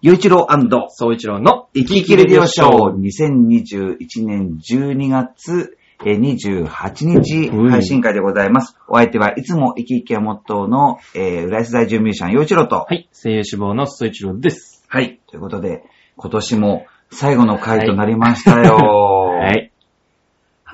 ゆういちろう総一郎の生き生きレディオショー2021年12月えー28日うん配信会でございます。お相手はいつも生き生きをモットーの、えー、浦安大準備者のゆういちろうと。はい、声優志望の総一郎です。はい。ということで、今年も最後の回となりました よ。い。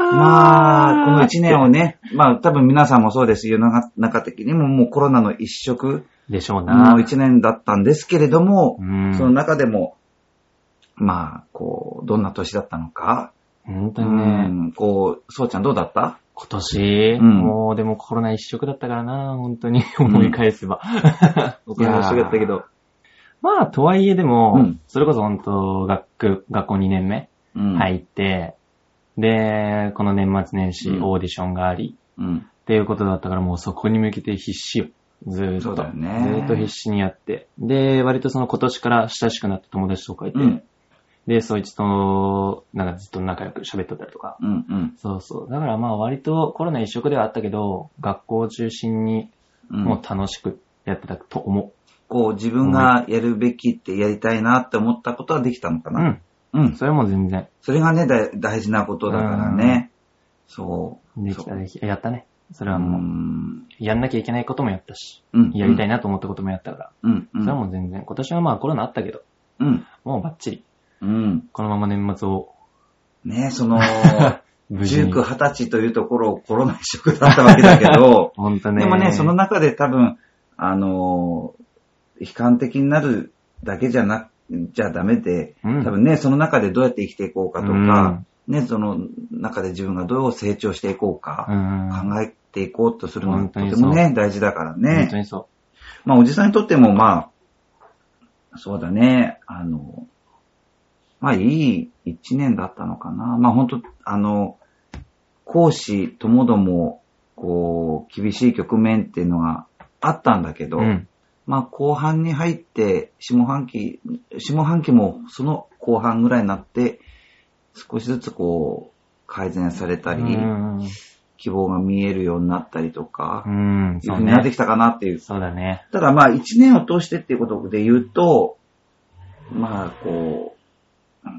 まあ、この1年をね、まあ多分皆さんもそうです。世の中的にももうコロナの一色でしょうな。の1年だったんですけれどもう、ん。その中でも、まあ、こう、どんな年だったのか、本当うにね、ん、こう、そうちゃんどうだった今年、うんもうでもコロナ一色だったからな、本当に思い返 せば。大人の一色だったけいやど。まあ、とはいえでも、うんそれこそ本当、学、学校2年目うん。入って、で、この年末年始うんオーディションがあり、うん。っていうことだったから、もうそこに向けて必死よ。ずーっと。そうだよねずーっと必死にやって。で、割とその今年から親しくなった友達とかいて、うん。で、そいつと、なんかずっと仲良く喋っとったりとか。うん。うん。そうそう。だからまあ割とコロナ一色ではあったけど、学校を中心にうんもう楽しくやってたと思こう、自分がやるべきってやりたいなって思ったことはできたのかう。うな。ん。うん。それも全然。それがね、だ大事なことだからね。そう。できそた、うできた。やったね。それうはもう、ん。やんなきゃいけないこともやったし、うんやりたいなと思ったこともやったから。うん。うん。それはもう全然。今年はまあコロナあったけど、うん。もうバッチリ。うん。このまま年末をねその、 無事に19、。20歳というところをコロナ一色だったわけだけど、ほんとね。でもね、その中で多分、あのー悲観的になるだけじゃな、じゃダメで、うん、多分ね、その中でどうやって生きていこうかとうんか、ね、その中で自分がどう成長していこうか、うん、考えていこうとするのは本と当にてそうもね、大事だから本当ね。にそまあ、おじさんにとってもまあ、そうだね、あの、まあ、いい一年だったのかな。まあ、本当あの、講師ともども、こう、厳しい局面っていうのはあったんだけう。ど、うん。まあ、後半に入って、下半期、下半期もその後半ぐらいになって、少しずつこう、改善されたり、うん。希望が見えるようになったりとかう、ん。いうそふううになっねて。きたかなっていう。そうだね。ただまあ、一年を通してっていうことで言うと、まあ、こう、うん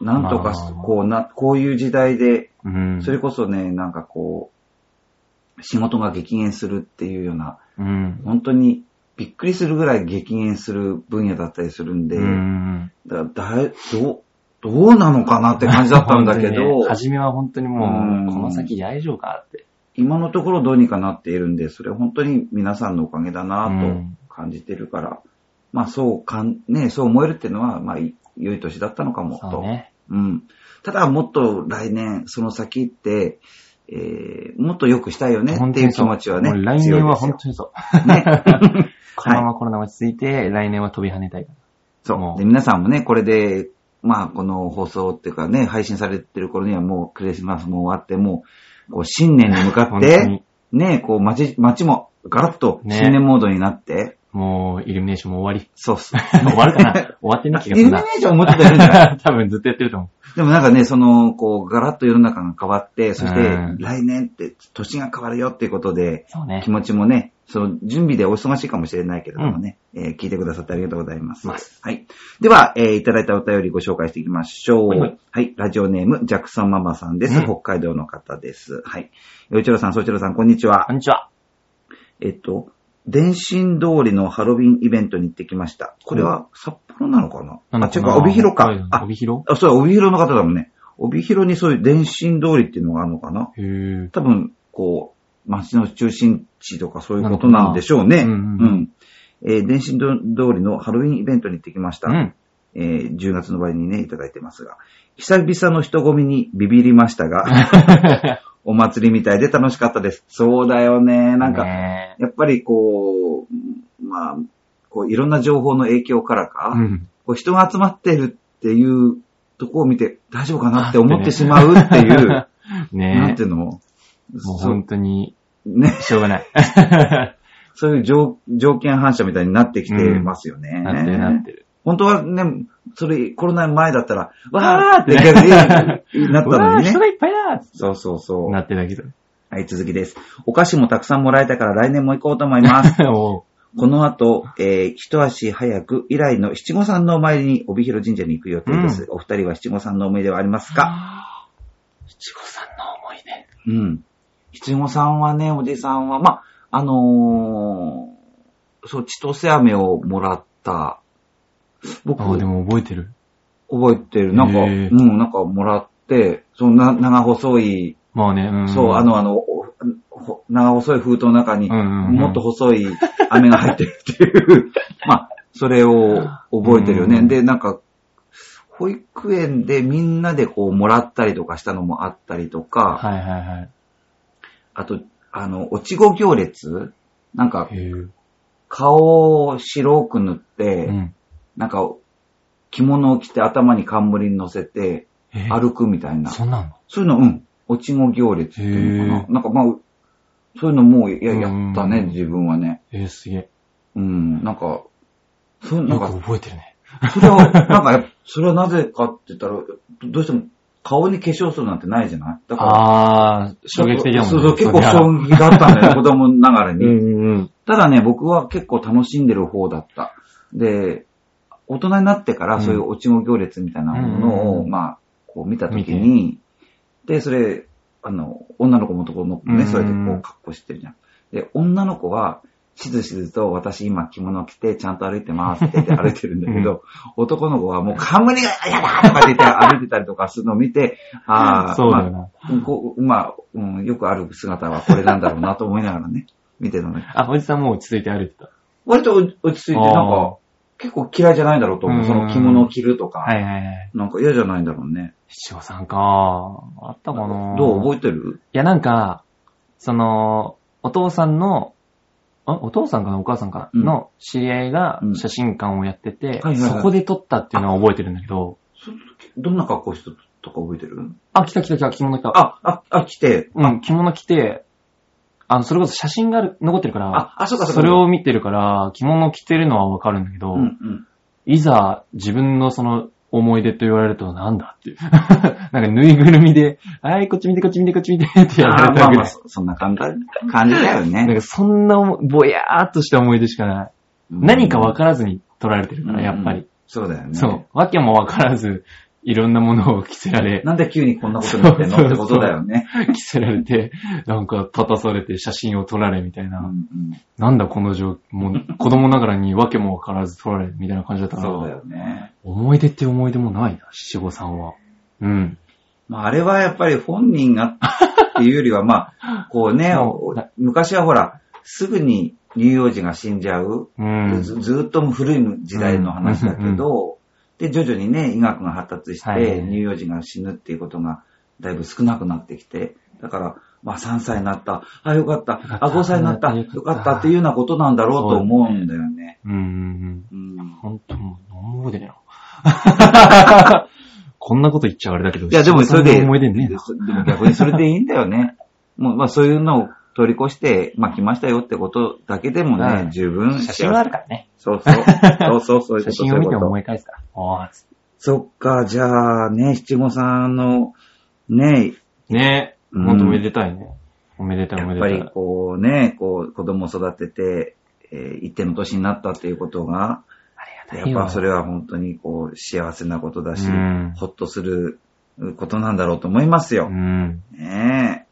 なんとかまあ、こうな、こういう時代で、うん。それこそね、なんかこう、仕事が激減するっていうような、うん。本当にびっくりするぐらい激減する分野だったりするんで、うん。だだいどう、どうなのかなって感じだったんだけ本当にねど、初めは本当にもうんう、この先大丈夫かって。今のところどうにかなっているんで、それは本当に皆さんのおかげだうなんと感じてるから、まあそうかん、ね、そう思えるっていうのは、まあい良い年だったのかもそと。うね。うん。ただもっと来年、その先って、えー、もっと良くしたいよね本って当いうに気そう持ちはね、もう来年は本強当にそう。いですよね。 このままコロナ落ち着いて、来年は飛び跳ねたい。そもう。うで、皆さんもね、これで、まあ、この放送っていうかね、配信されてる頃にはもうクリスマスも終わって、もう、こう、新年に向かっ本当て、に。ね、こう、街、街もガラッとね新年モードになって、もう、イルミネーションも終わり。そうっ す。終わる かな終わってイんなル気ミがすネーるな。ションもっとやるんじゃない 多分ずっとやってると思でもなんかね、その、こう、ガラッと世の中が変わって、そしてうん来年って年が変わるよっていうことでう。、そうね気。持ちもね、その準備でお忙しいかもしれないけれどもね、えー聞いてくださってありがとうございます。まはい。では、えーいただいたお便りご紹介していきましょう。は、はいいははいい。ラジオネーム、ジャクソンママさんです。うん北海道の方です。はい。よいちろさん、そういちろさん、こんにちはこ。んにちは。えっと、電信通りのハロウィンイベントに行ってきました。これは札幌なのかなあ、違うか、帯広か。あ、帯広あ、そうだ、帯広の方だもんね。帯広にそういう電信通りっていうのがあるのかなへー。多分、こう、街の中心地とかそういうことなんでしょうね。なのかなうんうんえー電信通りのハロウィンイベントに行ってきました。うん。えー10月の場合にね、いただいてますが。久々の人混みにビビりましたが、 お祭りみたいで楽しかったです。そうだよね。なんか、ねやっぱりこう、まあ、こういろんな情報の影響からか、 うん。こう人が集まってるっていうとこを見て大丈夫かなって思っあっててねしまうっていう、 なんねていうのもうそ本当に、うね、しょうがない。そういう条条件反射みたいになってきてますよね。なってるなってる。本当はね、それコロナ前だったら、わーって言い 方になったのうわーにね人。がいっぱいだそうそうそう。なってるだけだ。 はい、続きです。お菓子もたくさんもらえたから来年も行こうと思います。おうこの後、えー一足早く以来の七五三のお参りに帯広神社に行く予定です。お二人は七五三の思い出はありますかあー七五三の思い出。うん。七五三はね、おじさんは、まあ、あのーそう、千歳飴をもらった。僕、ああ、で覚も覚えてる。えてる。なんか、うへーん、なんかもらって、そんな長細い、まあね、うん。そう、あの、あの、おほ長細い封筒の中に、うんうんうんもっと細い飴が入ってるって いう、まあ、それを覚えてるよね。うんで、なんか、保育園でみんなでこう、もらったりとかしたのもあったりとか、はいはいはい。あと、あの、落ち子行列なんか、へー顔を白く塗って、うん。なんか、着物を着て頭に冠に乗せてえー歩くみたいな。そんなんのそういうの、うん。落ち子行列っていうのへかな。なんかまあ、そういうのもうやうんやったね、自分はね。えー、すげえ。うん。なんか、そう、なよんくか、覚えてるね。それは、なんかやっぱ、それはなぜかって言ったら、どうしても顔に化粧するなんてないじゃないだから、ああ、衝撃的だもんそね。うそう、結構りゃ衝撃だったんだよね、子供ながらうに。んうんうん。ただね、僕は結構楽しんでる方だった。で、大人になってからそういう落ち子行列みたいなものを、うんまあ、こう見たときに、で、それ、あの、女の子も男の子もね、うんそれでこう格好してるじゃん。で、女の子は、しずしずと私今着物着てちゃんと歩いてますって言って歩いてるんだけど、男の子はもう冠がやだとかって言って歩いてたりとかするのを見て、ああ、そうだまよな。あこうまあ、うん、よくある姿はこれなんだろうなと思いながらね、見てたんだけどあ、おじさんもう落ち着いて歩いてた。割と落ち着いて、なんあか、結構嫌いじゃないだろうと思う。うんその着物を着るとか、はいはいはい。なんか嫌じゃないんだろうね。七五三か。あったかなどう覚えてるいや、なんか、その、お父さんの、あお父さんかなお母さんかうんなの知り合いがうん写真館をやってて、はいはいはいそこで撮ったっていうのは覚えてるんだけど、どんな格好してたとか覚えてるあ、来た来た来た、着物来た。あ、あ、あ、来て。うん、着物着て、あの、それこそ写真がある残ってるから、あ、あ、そうか、そうか。それを見てるから、着物着てるのはわかるんだけど、うん、うん。いざ自分のその思い出と言われるとなんだっていう。 なんかぬいぐるみで、はい、こっち見てこっち見てこっち見てってやあられまたあぐまあ、らい。そそんな感じ、感じだよなんね。かそんな思いぼやーっとした思い出しかない。 何かわかからずに取られてるから、やっぱり。そうだよね。そう。わけもわからず、いろんなものを着せられ、なんで急にこんなことになってんのってことだよね。着せられて、なんか立たされて写真を撮られみたいうな。んうんなんだこの状況、もう子供ながらにわけもわからず撮られみたいな感じだったかそうだら、よね。思い出って思い出もないな、七五三は。うん。まあ、あれはやっぱり本人がっていうよりは、ま あ、こうね、そうお昔はほら、すぐに乳幼児が死んじゃう。うん。ずずーっともう古い時代の話だけど、で、徐々にね、医学が発達しはいはいて、はい乳幼児が死ぬっていうことがだいぶ少なくなってきて、だから、まあ3歳になった、あ、よかった、あ、5歳になった、よかったよかったっていうようなことなんだろうと思うんだよね。うんうんうん。うんほんともう、何も覚えてね えな。こんなこと言っちゃあれだけど、いや、でもそれで、七五三の思い出ねえな。そでも逆にそれでいいんだよ ね。もう、まあそういうのを取り越して、まあ来ましたよってことだけでもね、うん十分幸せ。るからね。そう そう。そうそう、そういうこ写と。真をそうい見てうこと思い返すから。ああ、そっか、じゃあね、七五三の、ね、ねえ、うんほんとめでたいね。おめでたいおやめっでたぱい。りこうね、こう子供育てて、えー一定の年になったっていうことが、りやがたいっよぱそれは本当にこう幸せなことだし、うんほっとすることなんだろうと思いますよう。ん。ねえ。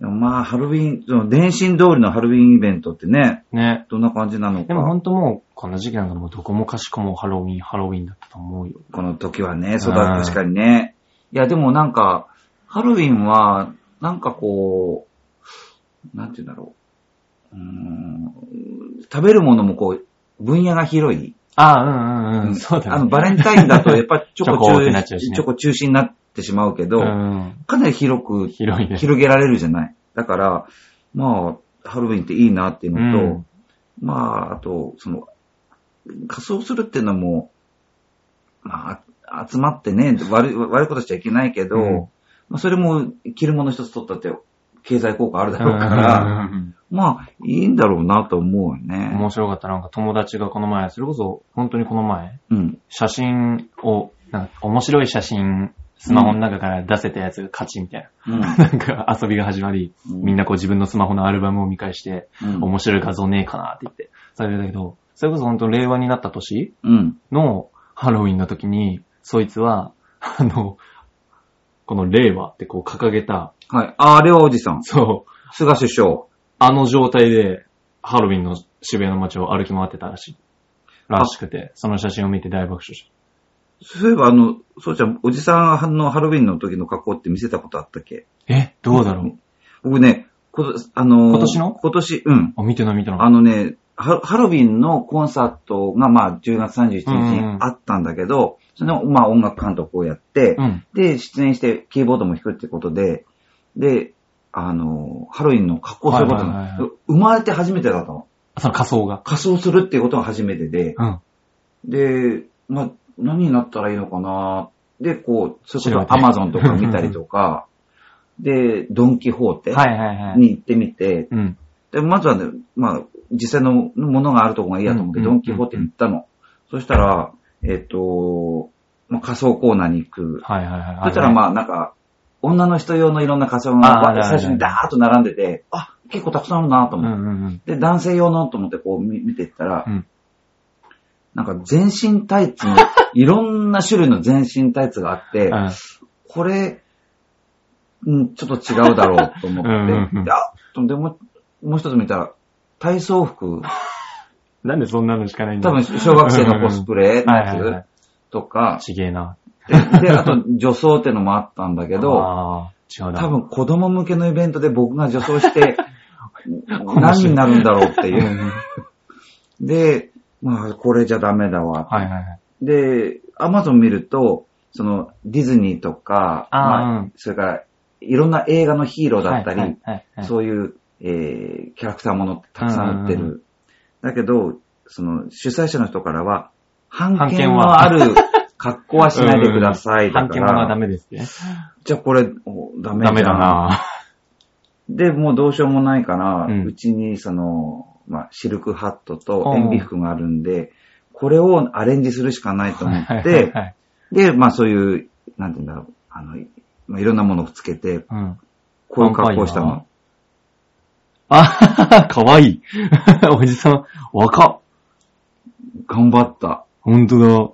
でもまあ、ハロウィン、その、電信通りのハロウィンイベントってね、ねどんな感じなのでもほか、んともう、この時期なんかもうどこもかしこもハロウィン、ハロウィンだったと思うよ。この時はね、そううだ、ん確かにね。いや、でもなんか、ハロウィンは、なんかこう、なんて言うんだろう。うーん、食べるものもこう、分野が広い。ああ、うんうんうん。そうだね。あの、バレンタインだと、やっぱチョコ チョコ中って止なっちゃうしねチョコ中止になってしまうけど、うん。かなり広く広いね。広げられるじゃない。だから、まあ、ハロウィンっていいなっていううのと、ん。まあ、あと、その、仮装するっていうのも、まあ、集まってね、悪い、悪いことしちゃいけないけど、うんまあ、それも、着るもの一つ取ったって、経済効果あるだろうから、うんうんうんまあ、いいんだろうなと思うようんね。面白かった。なんか友達がこの前、それこそ、本当にこの前、うん。写真を、なんか面白い写真スマホの中から出せたやつが勝ちみたいうん。な。なんか遊びが始まり、 みんなこう自分のスマホのアルバムを見返して、うん、面白い画像ねえかなって言って、それだけど、それこそ本当令和になった年うん。のハロウィンの時に、そいつは、あの、この令和ってこう掲げた、はい。あ、あれはおじさん。そう、菅首相。あの状態でハロウィンの渋谷の街を歩き回ってたらしい。らしくて、その写真を見て大爆笑しそういえば、あの、そうちゃん、おじさんのハロウィンの時の格好って見せたことあったっけた。え、どうだろう僕ね、こあのー今年の今年、うん。あ、見てない見てない。あのね、ハハロウィンのコンサートが、まあ、10月31日うんうにんあったんだけど、その、まあ、音楽監督をやって、うん。で、出演してキーボードも弾くってことで、で、あのー、ハロウィンの格好することはいはいがはいは生まれて初めてだったの。その仮装が。仮装するっていうことが初めてで、うん。で、まあ、何になったらいいのかなで、こう、それこ調べてそアマゾンとか見たりと か、で、ドンキホーテはいはいはい。に行ってみて、うん。で、まずはね、まあ、実際のものがあるとこがいいやと思って、うんドンキホーテに行ったの。そしたら、えっ、と、まあ、仮装コーナーに行く。はいはいはい。そしたらまあ、なんか、女の人用のいろんな仮装あーあるあがる最初にダーッと並んでて、あ、結構たくさんあるなとうん思うって。んうん。で、男性用のと思ってこう見見ていったら、うんなんか全身タイツの、いろんな種類の全身タイツがあって、 うんこれ、うん、ちょっと違うだろうと思って、うんうんうんであとでも、もう一つ見たら、体操服、なんでそんなのしかないんだ多ろう分小学生のコスプレのはいはいはやいつとか、ちげえな。で、あと女装ってのもあったんだけど、あー違うな。多分子供向けのイベントで僕が女装 して、何になるんだろうってういんうう。ん。で、まあ、これじゃダメだわ。はいはいはい。で、アマゾン見ると、その、ディズニーとか、あーまうんそれから、いろんな映画のヒーローだったり、はいはいはいそういう、えー、キャラクターものってたくさん売ってる。うんうだけど、その、主催者の人からは、半半券券ははある格好はしないでください。だ半か券はダら、メですね。じゃあこれ、おダメじゃダんメだなで、もうどうしようもないから、うんうち、にその、まあ、シルクハットおとう塩ビ服があるんで、これをアレンジするしかないと思はいっはいては、いで、まあそういう、なんて言うんだろう、あの、いまあ、いろんなものをつけて、うん。こういう格好をしたの。あかわいい。 おじさん、若っ。頑張った。ほんとだ。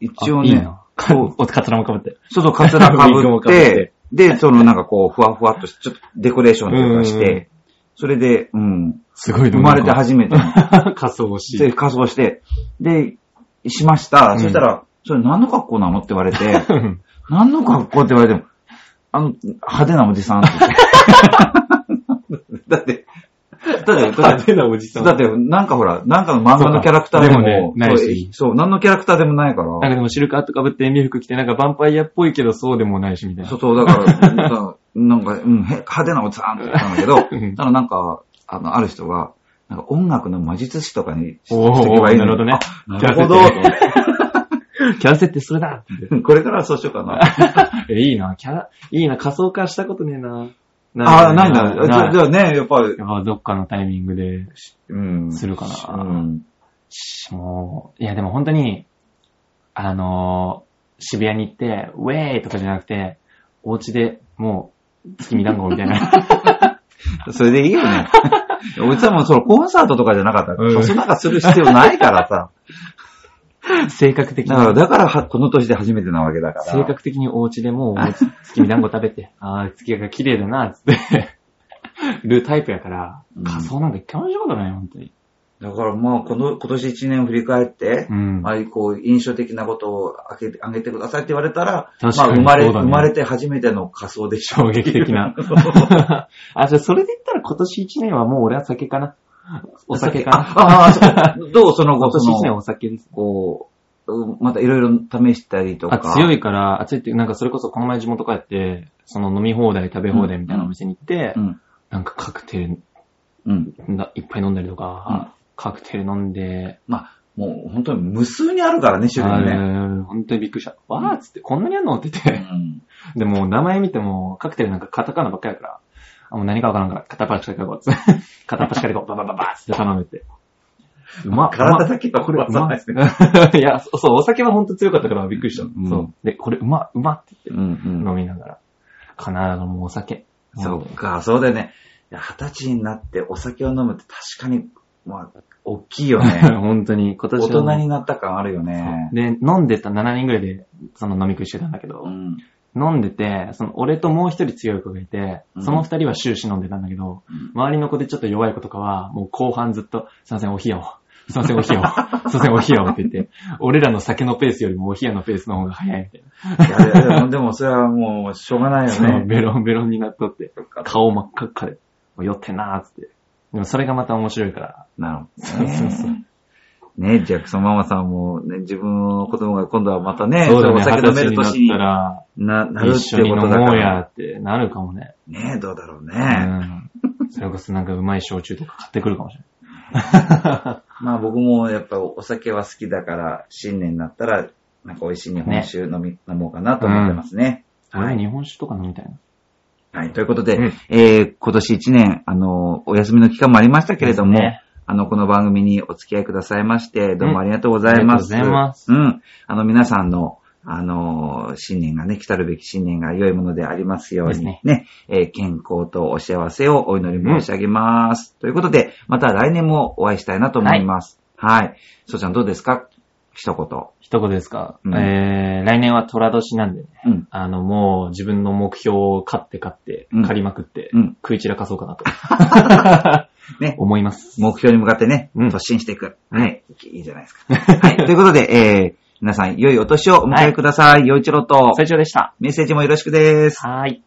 一応あいいね、な。かおカツラもかぶって。ちょっとカツラ かウィッグもぶっ被ってて、で、そのなんかこう、ふわふわっとして、ちょっとデコレーションというかしうんうんて、それで、うん、すごい生まれては初め ての、じ仮装しで、い。仮装して、で、しました。うんそしたら、それ何の格好なのって言われて、 うん何の格好って言われても、あの、派手なおじさんって 言って。だって、だって、だって派手なおじさん。だって、なんかほら、なんかの漫画のキャラクターでも、そうかでもねないしそうえそう、何のキャラクターでもないか、なんからでもシルクハットかぶってエビ服着て、なんかヴァンパイアっぽいけどそうでもないしみたいなそう。そう、だ から、なんか、うん、へ派手なおじさんって言ったんだけど、うんただなんか、あの、ある人が、なんか音楽の魔術師とかにしおーしておけばいいのなるにほどねあなるほキャラど。 キャラ設定それだってこれからはそうしようかな。 え、いいな、キャラ、いいな、仮想化したことねえな。あー、ないんだ。じゃなあいじゃあね、やっぱり、やっぱどっかのタイミングで、うん。するかなうん。しもう、いやでも本当に、あのー渋谷に行って、ウェーイとかじゃなくて、お家でもう、月見団子みたい な。それでいいよ ね。おじさんもそのコンサートとかじゃなかったうら、んそんなんかする必要ないから さ。性格的だから、に、だからは、この年で初めてなわけだから。性格的にお家でもうお家、月見団子食 べて、あー月が綺麗だな、つって、るタイプやからうん、仮想なんか一回もしたことない、本当に。だからまあ、この、今年一年を振り返って、うん。まあ、こう、印象的なことをあげてあげてくださいって言われたら、まあ、確かに生まれ、そうだね生まれて初めての仮装でしょ。衝撃的 な。あ、じゃあそれで言ったら今年1年はもう俺は酒かな。お酒かな。ああ、 そうどうその今後、年そ1年のはお酒です。こう、うんまたいろいろ試したりとあ、か。強い。いから、暑いって、なんかそれこそこの前地元帰って、その飲み放題食べ放題みたいなお店に行ってう、ん。なんかカクテルうん。な、いっぱい飲んだりとか、カクテル飲んで、まあ、もう本当に無数にあるからね、種類ね。あー本当にびっくりした。わーっつって、こんなにあんのって言っうて。ん。でも、名前見ても、カクテルなんかカタカナばっかりやから、あ、もう何かわからんから、カタパシカリコ、カタパシカリコ、バババババーっつって頼むって。うま、体だけはこれうわかんまないいですね。いや、そそう、お酒は本当強かったからびっくりした。うんそう。で、これうま、うまってう言っんてう飲ん。みながら。必ずもうお酒。 そっか、そうだよね。いや二十歳になってお酒を飲むって確かに、まあ、大きいよ ね。本当に、大今年は人になった感あるよね。で、飲んでた7人ぐらいで、その飲み食いしてたんだけど、うん。飲んでて、その俺ともう一人強い子がいて、その二人は終始飲んでたんだけど、うん周りの子でちょっと弱い子とかは、もう後半ずっと、すいません、お冷やを。すいません、お冷やを。すいません、お冷やをって言って、 俺らの酒のペースよりもお冷やのペースの方が早いみたいいやいやでも、でもそれはもう、しょうがないな。よね。ベロンベロンになっとって、そっか顔真っ赤っかで、もう酔ってんなーっつって。でもそれがまた面白いから、なるほそどうそうそうね。ねジャクソンママさんも、ね、自分の子供が今度はまたね、そうだね、れをお酒二飲める十歳になっ年にたら、ななる一って緒にこ飲とだもかうやら。ってなるかもね。ねどうだろうね。うん。それこそなんかうまい焼酎とか買ってくるかもしれない。まあ僕もやっぱお酒は好きだから、新年になったら、なんか美味しい日本酒飲み、飲もうかなと思ってますね。は俺もい。日本酒とか飲みたいな。はい。ということで、うんえー、今年1年、あの、お休みの期間もありましたけれども、ねあの、この番組にお付き合いくださいまして、どうもありがとうございます。うんありがとうございますうん。あの、皆さんの、あのー、新年がね、来たるべき新年が良いものでありますようにですねね、えー健康とお幸せをお祈り申し上げます。ということで、また来年もお会いしたいなと思います。はい。そうちゃんどうですか一言。一言ですか、うんえー、来年は虎年なんでね、うん。あの、もう自分の目標を買って買ってうん、借りまくって、うん食い散らかそうかなと。 ね思います。目標に向かってね、うん突進していく。はい。いいじゃないですか。 はい。ということで、えー、皆さん、良いお年をお迎えください。良、い、一郎と、最長でした。メッセージもよろしくです。はーい。